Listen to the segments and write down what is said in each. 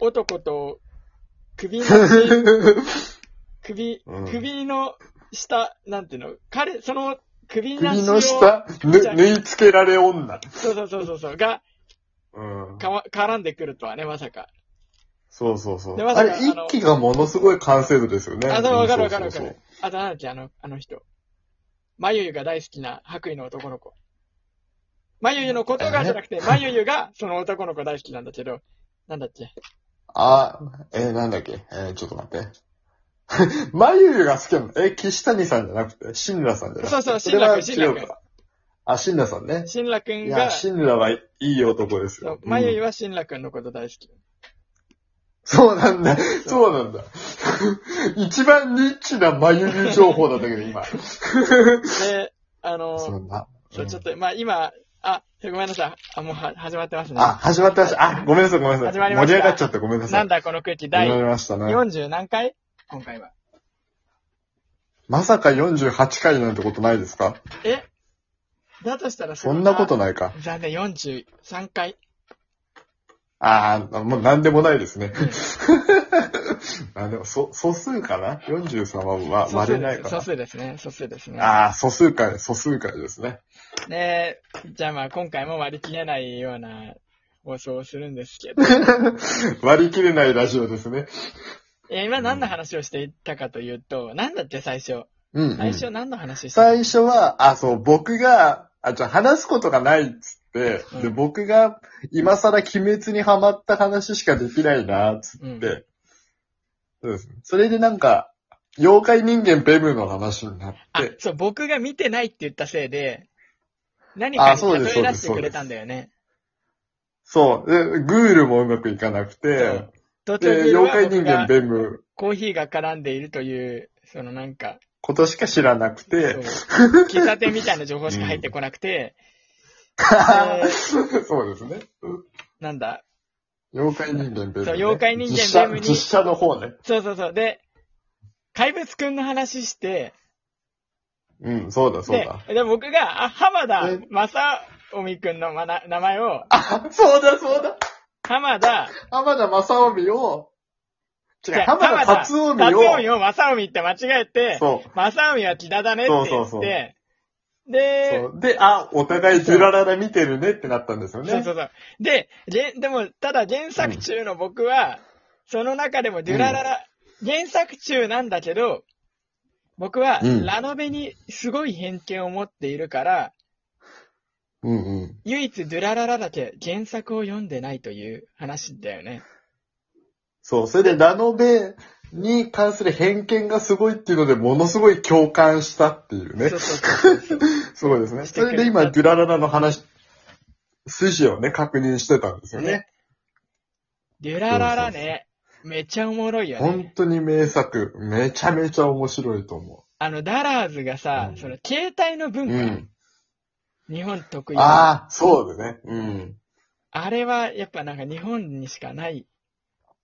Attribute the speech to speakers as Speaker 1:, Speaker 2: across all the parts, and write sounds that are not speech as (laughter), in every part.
Speaker 1: 男と、首
Speaker 2: (laughs)
Speaker 1: のし、首、
Speaker 2: うん
Speaker 1: 首の下、なんていうの彼、その、首なし
Speaker 2: 首
Speaker 1: を
Speaker 2: の下、ぬ、縫い付けられ女。
Speaker 1: そうそうそうそうそう、が、
Speaker 2: うん。
Speaker 1: かわ、絡んでくるとはね、まさか。
Speaker 2: そうそうそう。
Speaker 1: でま
Speaker 2: あ
Speaker 1: さ
Speaker 2: れ
Speaker 1: か、
Speaker 2: 一気がものすごい完成度ですよね。
Speaker 1: あ、そう、わかるわかるわ
Speaker 2: うん
Speaker 1: か
Speaker 2: そうそう
Speaker 1: る。あと、なんだっけ、あの、あの人。まゆゆが大好きな白衣の男の子。まゆゆのことがじゃなくて、まゆゆがその男の子大好きなんだけど、なんだっけ。
Speaker 2: あ、えーなんだっけえーちょっと待って。 (laughs) まゆゆが好きなのえ、岸谷さんじゃなくて、新羅さんじゃなくて。
Speaker 1: そうそう
Speaker 2: れは
Speaker 1: 新羅君
Speaker 2: 違うかあ、新羅さんね。
Speaker 1: しんらく
Speaker 2: い
Speaker 1: ん
Speaker 2: や、
Speaker 1: が、
Speaker 2: 新羅はいい男です
Speaker 1: そう
Speaker 2: よ。
Speaker 1: まゆゆ
Speaker 2: うん
Speaker 1: はしんらくんのこと大好き。
Speaker 2: そうなんだ。そうなんだ。 (laughs) 一番ニッチなまゆゆ情報だったけど、今。
Speaker 1: で、あの、
Speaker 2: そんな。
Speaker 1: そううんちょっと、まあ今、あ、ごめんなさい。あ、もうは始まってますね。
Speaker 2: あ、始まってました。あ、ごめんなさい、ごめんなさい。
Speaker 1: 始まりました
Speaker 2: 盛り上がっちゃってごめんなさい。
Speaker 1: なんだこの空気
Speaker 2: 始
Speaker 1: 第
Speaker 2: まりましたね。
Speaker 1: 40何回今回は。
Speaker 2: まさか48回なんてことないですか
Speaker 1: えだとしたら
Speaker 2: そんなこと
Speaker 1: い。
Speaker 2: ないか。
Speaker 1: 残念、43回。
Speaker 2: ああ、もうなんでもないですね。 (laughs) なんでも、そ、素数かな ?43 は
Speaker 1: 素数
Speaker 2: 割れな
Speaker 1: で
Speaker 2: い
Speaker 1: す。
Speaker 2: か
Speaker 1: 素
Speaker 2: な。
Speaker 1: 数ですね。素数ですね。
Speaker 2: ああ、素数回、素数回ですね。 (laughs)
Speaker 1: ねえ、じゃあまあ今回も割り切れないような放送をするんですけ
Speaker 2: (laughs)
Speaker 1: ど。
Speaker 2: 割り切れないラジオですね。
Speaker 1: いや、今何の話をしていたかというと、なんだって最初。
Speaker 2: うん、うん
Speaker 1: 最初何の話してた、
Speaker 2: 最初は、あ、そう、僕が、あ、じゃあ話すことがないっつって、
Speaker 1: うん
Speaker 2: で、僕が今更鬼滅にハマった話しかできないな、っつって、
Speaker 1: うん
Speaker 2: そうですね。それでなんか、妖怪人間ベムの話になっ
Speaker 1: あ
Speaker 2: て、、
Speaker 1: そう、僕が見てないって言ったせいで、何か
Speaker 2: あ
Speaker 1: に
Speaker 2: そうです
Speaker 1: 例え出してくれたんだよね。
Speaker 2: そう、で、グールもうまくいかなくて、
Speaker 1: 途
Speaker 2: で、
Speaker 1: 中で
Speaker 2: 妖
Speaker 1: は
Speaker 2: 怪人
Speaker 1: 僕
Speaker 2: 間
Speaker 1: が
Speaker 2: ベム、
Speaker 1: コーヒーが絡んでいるという、そのなんか、
Speaker 2: ことしか知らなく
Speaker 1: そ
Speaker 2: て、
Speaker 1: う喫茶店みたいな情報しか入ってこなく
Speaker 2: (laughs)
Speaker 1: て、え
Speaker 2: そうですね。
Speaker 1: なんだ、
Speaker 2: 妖怪人間ベム、ね。
Speaker 1: そう妖怪人間ベムに
Speaker 2: 実写、実写の方ね。
Speaker 1: そうそうそう、で、怪物くんの話して、
Speaker 2: うん、そうだ、そう
Speaker 1: で
Speaker 2: だ。、
Speaker 1: で僕が、あ、浜田
Speaker 2: え
Speaker 1: 正臣くんのまな名前を、
Speaker 2: あ、そうだ、そうだ。
Speaker 1: 浜田、
Speaker 2: 浜田正臣を、違う、
Speaker 1: 違う
Speaker 2: 浜田達臣
Speaker 1: 達臣
Speaker 2: を、
Speaker 1: を正臣って間違えて、
Speaker 2: そ
Speaker 1: 正臣は木田だねって言って、
Speaker 2: そうそうそうう
Speaker 1: で、
Speaker 2: そう。で、あ、お互いジュラララ見てるねってなったんですよね。
Speaker 1: そうそうそう。で、げでも、ただ原作中の僕は、その中でもデュラララ、原作中なんだけど、僕は
Speaker 2: うん
Speaker 1: ラノベにすごい偏見を持っているから、
Speaker 2: うんうん。
Speaker 1: 唯一デュラララだけ原作を読んでないという話だよね。
Speaker 2: そう、それでラノベに関する偏見がすごいっていうので、ものすごい共感したっていうね
Speaker 1: そう。そうそうそう。
Speaker 2: すごいですね。
Speaker 1: して
Speaker 2: そ
Speaker 1: くれた
Speaker 2: れで今、デュラララの話、筋をね、確認してたんですよね。
Speaker 1: デュラララね、めちゃおもろいよね。
Speaker 2: 本当に名作。めちゃめちゃ面白いと思
Speaker 1: あの、ダラーズがさ、
Speaker 2: うん
Speaker 1: その携帯の
Speaker 2: う。
Speaker 1: 文
Speaker 2: う
Speaker 1: 化、
Speaker 2: ん。
Speaker 1: 日本特有のあ
Speaker 2: ああ、そうだね。うん。
Speaker 1: れはやっぱなんか日本にしかない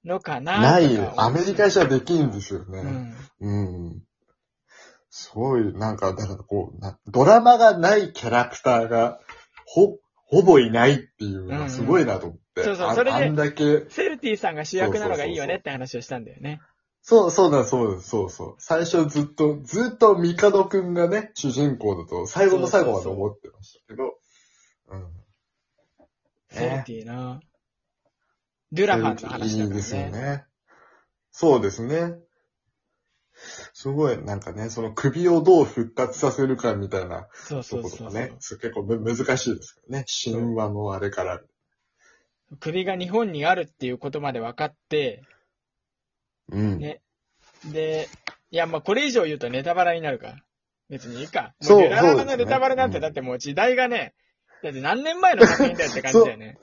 Speaker 1: のかな
Speaker 2: ない
Speaker 1: とか思
Speaker 2: よ
Speaker 1: う。し
Speaker 2: アメリカじゃできんですよ
Speaker 1: う
Speaker 2: ね。
Speaker 1: ん。
Speaker 2: うん。すごい、なんか、だからこうな、ドラマがないキャラクターが、ほ、ほぼいないっていうのがすごいなと思
Speaker 1: うんう
Speaker 2: って。
Speaker 1: んそうそう
Speaker 2: あ
Speaker 1: それで
Speaker 2: あんだけ、
Speaker 1: セルティさんが主役なのがいいよねって話をしたんだよね。
Speaker 2: そう、そうだ、そうだ、そうそう。最初ずっと、ずっとミカドくんがね、主人公だと、最後の最後まで思ってましたけど、うん。そうそうそう
Speaker 1: セルティな。デュラファンの話だ
Speaker 2: いい
Speaker 1: か
Speaker 2: ですよ
Speaker 1: らね。
Speaker 2: ね。そうですね。すごい、なんかね、その首をどう復活させるかみたいな
Speaker 1: そうそ
Speaker 2: と
Speaker 1: う
Speaker 2: こ
Speaker 1: そ
Speaker 2: ろ
Speaker 1: うそ
Speaker 2: とかね
Speaker 1: う。。
Speaker 2: そう結構む難しいですからね。神話のあれから。
Speaker 1: 首が日本にあるっていうことまで分かって、
Speaker 2: うん。
Speaker 1: ねで、いや、まあこれ以上言うとネタバラになるから。別にいいか。も
Speaker 2: そう
Speaker 1: デュラララ
Speaker 2: そうです
Speaker 1: の
Speaker 2: ね
Speaker 1: ネタバラなんて、だってもう時代がね、だって何年前の作品だよって感じだよね。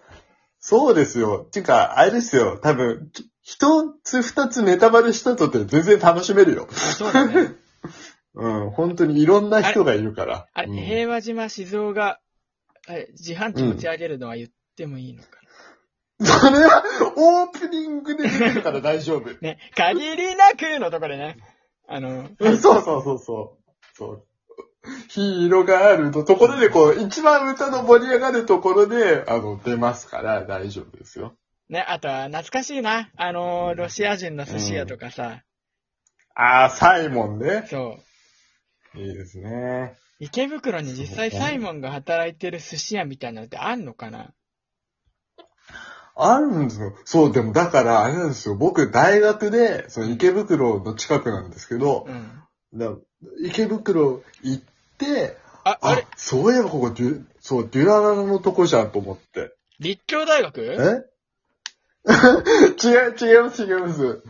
Speaker 2: そうですよ。ていうか、あれですよ。多分、き一つ二つネタバレしたとって全然楽しめるよ。
Speaker 1: あそうだね。
Speaker 2: うん。本当にいろんな人がいるから。
Speaker 1: あれ、
Speaker 2: うん
Speaker 1: 平和島静雄が、あれ自販機持ち上げるのは言ってもいいのかな。
Speaker 2: それは、オープニングで出てるから大丈夫。 (laughs)
Speaker 1: ね、限りなくのところでね。あの、
Speaker 2: うんそうそうそうそう。そう。ヒーローがあるのところで、こう、一番歌の盛り上がるところで、あの、出ますから大丈夫ですよ。
Speaker 1: ね、あとは懐かしいな。あのーロシア人の寿司屋とかさ、
Speaker 2: ああ、サイモンね。
Speaker 1: そう。
Speaker 2: いいですね。
Speaker 1: 池袋に実際
Speaker 2: そうね
Speaker 1: サイモンが働いてる寿司屋みたいなのってあんのかな
Speaker 2: あるんですよ。そう、でもだから、あれなんですよ。僕、大学で、その池袋の近くなんですけど
Speaker 1: う、ん。
Speaker 2: だ池袋行って、
Speaker 1: あ、あ
Speaker 2: あ
Speaker 1: れ、
Speaker 2: そういえばここデュ、そう、デュララのとこじゃんと思って。
Speaker 1: 立教大学
Speaker 2: え (laughs) 違う、違います、違います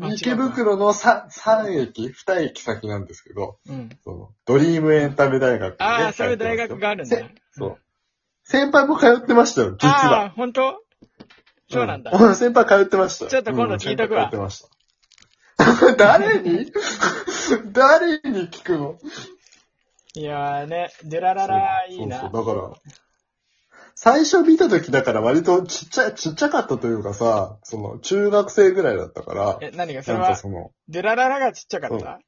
Speaker 1: あ違う。
Speaker 2: 池袋のさ三駅、二駅先なんですけど、
Speaker 1: うん。
Speaker 2: そのドリームエンタメ大学にね、
Speaker 1: ああ、そういう
Speaker 2: 通
Speaker 1: 大
Speaker 2: ってますよ
Speaker 1: 学があるんだ
Speaker 2: せ。そう。先輩も通ってましたよ、実
Speaker 1: あ
Speaker 2: は。
Speaker 1: あ、本当そうなんだ。
Speaker 2: う先輩通ってました。
Speaker 1: ちょっと今度聞いとくわ
Speaker 2: うん先輩通ってました。 (laughs) 誰に誰に聞くの
Speaker 1: いやーね、デュラララいいな。
Speaker 2: そうそう、だから、最初見た時だから割とちっちゃ、ちっちゃかったというかさ、その、中学生ぐらいだったから、
Speaker 1: え、何がそ
Speaker 2: な
Speaker 1: れ
Speaker 2: んか
Speaker 1: は、
Speaker 2: その、
Speaker 1: デュラララがちっちゃかった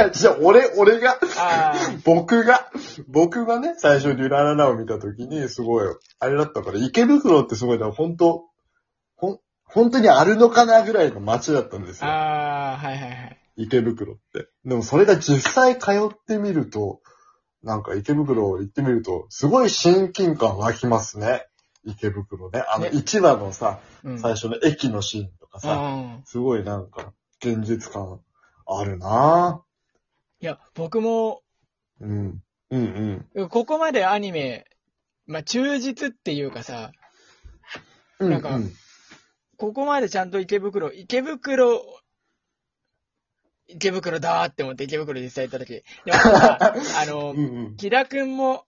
Speaker 2: 違う違う、俺、俺が、
Speaker 1: あ
Speaker 2: 僕が、僕がね、最初、デュラララを見たときに、すごい、あれだったから、池袋ってすごいな、本当ほん、本当にあるのかなぐらいの街だったんです
Speaker 1: あ、
Speaker 2: よ。
Speaker 1: ああ、はいはいはい。
Speaker 2: 池袋って。でもそれが実際通ってみると、なんか池袋行ってみると、すごい親近感湧きますね。池袋ね。あの、
Speaker 1: ね
Speaker 2: 市場のさ、
Speaker 1: うん。
Speaker 2: 最初の駅のシーンとか
Speaker 1: う
Speaker 2: さ、
Speaker 1: ん。
Speaker 2: すごいなんか、現実感あるない
Speaker 1: や、僕も、
Speaker 2: ぁうん。うんうん。
Speaker 1: ここまでアニメ、まあ、忠実っていうかさ、なんか
Speaker 2: うう
Speaker 1: ここまでちゃんと池袋、池袋、池袋だーって思って池袋実際行った時。でもさ
Speaker 2: (laughs)
Speaker 1: あの
Speaker 2: う、ん
Speaker 1: 木田くんも、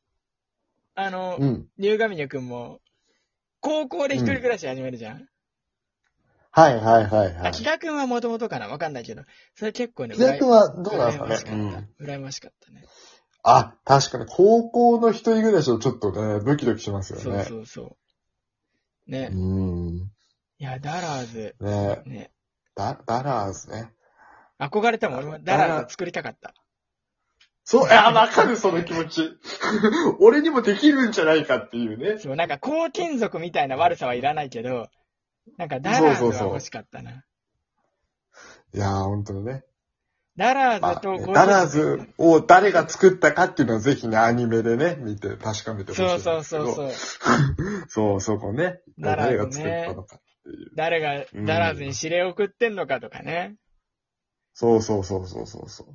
Speaker 1: あの
Speaker 2: うん。う、ん。
Speaker 1: 龍神ニくんも、高校で一人暮らし始めるじゃん。
Speaker 2: はいはいはいは
Speaker 1: あ、
Speaker 2: い。
Speaker 1: 木田くんはもともとかなわかんないけど、それ結構ね、
Speaker 2: 木田君はどうなん
Speaker 1: 羨ま
Speaker 2: です
Speaker 1: しか
Speaker 2: か
Speaker 1: っ
Speaker 2: ね、
Speaker 1: た。羨ましかったね。
Speaker 2: あ、確かに高校の一人暮らしをちょっとね、ドキドキしますよね。
Speaker 1: そうそうそう。ね。
Speaker 2: うん。ね
Speaker 1: いや、ダラーズ、ね。
Speaker 2: だ、ダラーズね。
Speaker 1: 憧れたもん、俺もダラーズ作りたかった。
Speaker 2: そう、いや、わかる、その気持ち。 (laughs) 俺にもできるんじゃないかっていうね。
Speaker 1: そう、なんか、高金属みたいな悪さはいらないけど、なんか、ダラーズ
Speaker 2: そうそう
Speaker 1: は
Speaker 2: そう
Speaker 1: 欲しかったな。
Speaker 2: いやー、ほんとにね。
Speaker 1: ダラー
Speaker 2: ま
Speaker 1: ズ
Speaker 2: あ
Speaker 1: と
Speaker 2: ね
Speaker 1: ゴ
Speaker 2: ダラーズを誰が作ったかっていうのはぜひね、アニメでね、見て確かめてほしいん
Speaker 1: そう
Speaker 2: ですけ
Speaker 1: そ
Speaker 2: ど。
Speaker 1: うそうそう。
Speaker 2: そう、そこね。
Speaker 1: ダラーズね
Speaker 2: 誰が作ったのかっていう。
Speaker 1: 誰が
Speaker 2: うん
Speaker 1: ダラーズに指令を送ってんのかとかね。
Speaker 2: そうそうそうそうそうそう。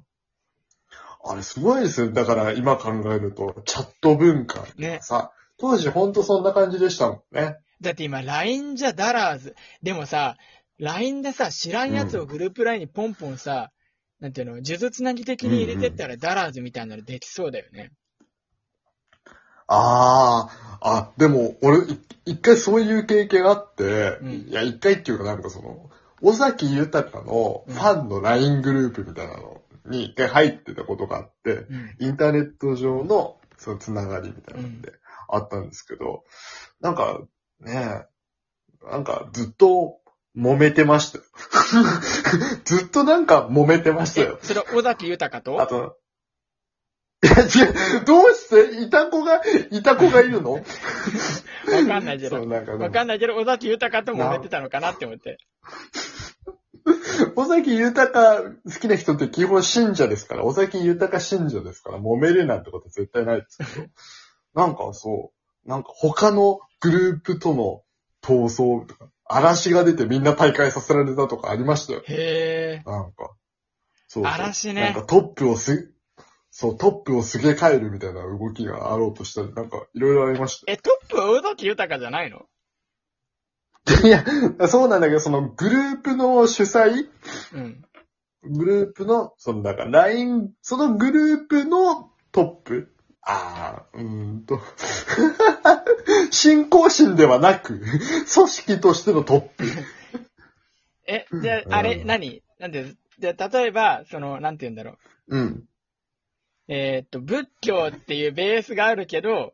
Speaker 2: あれすごいですよ。だから今考えると、チャット文化
Speaker 1: ね。
Speaker 2: さ、当時ほんとそんな感じでしたもんね。
Speaker 1: だって今、LINE じゃダラーズ。でもさ、LINE でさ、知らんやつをグループ LINE にポンポンさ、なんていうの、呪術つなぎ的に入れてったらダラーズみたいなのできそうだよね。
Speaker 2: ああ、あ、でも俺、い一回そういう経験があって、
Speaker 1: うん
Speaker 2: いや、一回っていうかなんかその、尾崎豊のファンの LINE グループみたいなのに一回入ってたことがあって、
Speaker 1: うん。
Speaker 2: インターネット上の、そのつながりみたいなので、あったんですけど、なんか、ねえ、なんかずっと揉めてましたよ。 (laughs) ずっとなんか揉めてました
Speaker 1: え
Speaker 2: よ、。
Speaker 1: それ、尾崎豊と
Speaker 2: あと、いや違う、どうしていた子が、いた子がいるのわ
Speaker 1: わかんないけ
Speaker 2: そう、
Speaker 1: ど。
Speaker 2: なんか
Speaker 1: わ
Speaker 2: でも、
Speaker 1: かんないけど、尾崎豊と揉めてたのかなって思って。
Speaker 2: 尾崎豊好きな人って基本信者ですから、尾崎豊信者ですから、揉めるなんてことは絶対ないです
Speaker 1: (laughs)
Speaker 2: けど、なんかそう、なんか他のグループとの闘争とか、嵐が出てみんな大会させられたとかありましたよ。
Speaker 1: へえ。
Speaker 2: なんか。そうそう
Speaker 1: 嵐ね
Speaker 2: なんかトップをす、そう、トップをすげ替えるみたいな動きがあろうとしたり、なんかいろいろありましたよ
Speaker 1: え、トップは尾崎豊じゃないの
Speaker 2: いや、そうなんだけど、そのグループの主催
Speaker 1: うん。
Speaker 2: グループの、その、なんか、LINE、そのグループのトップああ、うーんと。 (laughs) 信仰心ではなく、組織としてのトップ。
Speaker 1: え、じゃ
Speaker 2: うん
Speaker 1: あ、あれ、何なんで、じゃあ例えば、その、なんて言うんだろう。
Speaker 2: うん。
Speaker 1: えーっと、仏教っていうベースがあるけど、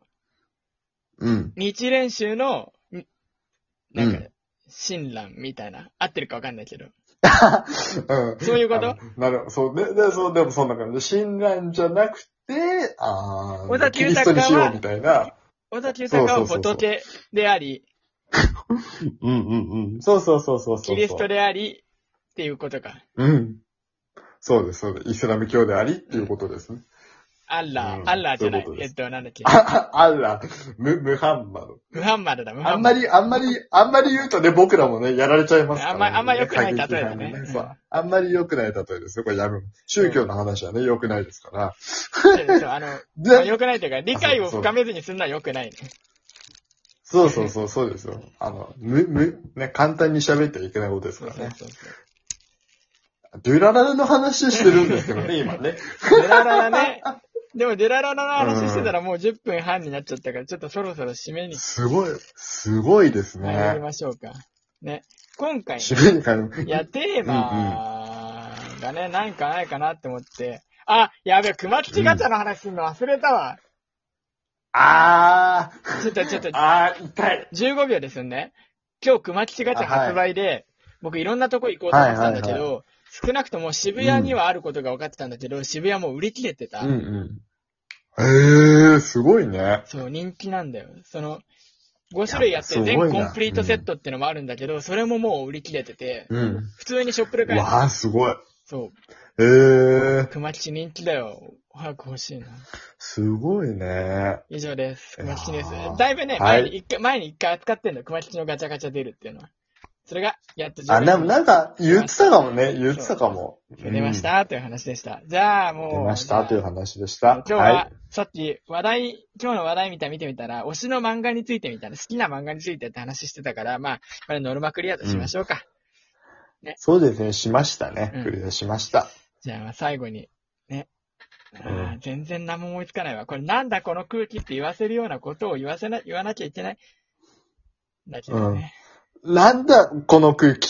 Speaker 2: うん。
Speaker 1: 日蓮宗の、んなんか
Speaker 2: う、
Speaker 1: 親鸞みたいな。合ってるかわかんないけど。
Speaker 2: うん
Speaker 1: (laughs) そういうこと
Speaker 2: あのなるほど。そうね。で、そう、でもそんな感じで。信頼じゃなくて、あ
Speaker 1: 小
Speaker 2: あ、
Speaker 1: 田急
Speaker 2: キリストにしようみたいな。
Speaker 1: 尾崎豊は
Speaker 2: そうそうそうそう
Speaker 1: 仏であり、
Speaker 2: うんうんうん。そうそうそうそうそうそ
Speaker 1: キ
Speaker 2: う。
Speaker 1: リストであり、っていうことか。
Speaker 2: うん。そうです、そうです。イスラム教でありっていうことですね。
Speaker 1: アッラー、
Speaker 2: うん
Speaker 1: アッラーじゃない。
Speaker 2: そういうこと
Speaker 1: え
Speaker 2: で
Speaker 1: っと、なんだっけ。
Speaker 2: あ、 (laughs) あら、ム、ムハンマド。
Speaker 1: ムハンマドだ、ムハ
Speaker 2: あん
Speaker 1: ンマ
Speaker 2: ま
Speaker 1: ド。
Speaker 2: り、あんまり、あんまり言うとね、僕らもね、やられちゃいますから、ね。
Speaker 1: あんまあんま良くない例えだね
Speaker 2: 過激派に
Speaker 1: うん
Speaker 2: そう。あんまり良くない例えですよ。これやる。宗教の話はね、良くないですか
Speaker 1: (laughs)
Speaker 2: ら。
Speaker 1: そうあの、まあ
Speaker 2: で
Speaker 1: 良くないというか、理解を深めずにするのは良くない。
Speaker 2: そうそうそう、そうですよ。あの、む、む、ね、簡単に喋ってはいけないことです
Speaker 1: そ
Speaker 2: か
Speaker 1: う
Speaker 2: ら
Speaker 1: そう
Speaker 2: ね。
Speaker 1: そう。
Speaker 2: デュラララの話してるんですけどね、今ね。
Speaker 1: デュラララ (laughs) ね。でもデュラララの話してたらもう10分半になっちゃったから、ちょっとそろそろ締めに
Speaker 2: すごい、すごいです
Speaker 1: 入り
Speaker 2: ね。
Speaker 1: ましょうか。ね。今回ね、
Speaker 2: 締めにかよ
Speaker 1: いや、テーマがね、なんかないかなって思って。あ、やべえ、熊吉ガチャの話するの忘れたわ。
Speaker 2: あー、
Speaker 1: ちょっとちょっと、
Speaker 2: あー、痛い。
Speaker 1: 15秒ですよね。今日、熊吉ガチャ発売で、僕いろんなとこ行こうと思ってたんだけど、
Speaker 2: はいは
Speaker 1: 少なくとも渋谷にはあることが分かってたんだけど、渋谷もう売り切れてた。
Speaker 2: うんうん。えー、すごいね。
Speaker 1: そう、人気なんだよ。その、5種類あって
Speaker 2: いやす
Speaker 1: 全
Speaker 2: ごいな
Speaker 1: コンプリートセットってのもあるんだけど、それももう売り切れてて、
Speaker 2: うん。
Speaker 1: 普通にショップで買える。
Speaker 2: わあ、 (laughs) すごい。
Speaker 1: そう、
Speaker 2: ええー、
Speaker 1: 熊吉人気だよ。早く欲しいな。
Speaker 2: すごいね。
Speaker 1: 以上です。熊吉です
Speaker 2: いや。ー
Speaker 1: だいぶね、
Speaker 2: はい
Speaker 1: 前に一回、前に一回扱ってんの。熊吉のガチャガチャ出るっていうのは。それが、やっと
Speaker 2: あ、でも
Speaker 1: な
Speaker 2: なんか、言ってたかもね。言ってたかも。うん
Speaker 1: 出まし。たという話でした。じゃあ、もう。
Speaker 2: 出ましたという話でし
Speaker 1: じゃあ
Speaker 2: た。
Speaker 1: 今日は、
Speaker 2: い。
Speaker 1: さっき話題、今日の話題みたい見てみたら、推しの漫画についてみたいな、好きな漫画についてって話してたから、まあ、これノルマクリアとしましょうか。
Speaker 2: そうですね、しましたね
Speaker 1: うん。
Speaker 2: クリアしました。
Speaker 1: じゃあ、最後に、ね。あ
Speaker 2: うん
Speaker 1: ー全然何も思いつかないわ。これなんだこの空気って言わせるようなことを言わせな、言わなきゃいけない。だけどね。
Speaker 2: なんだ、この空気。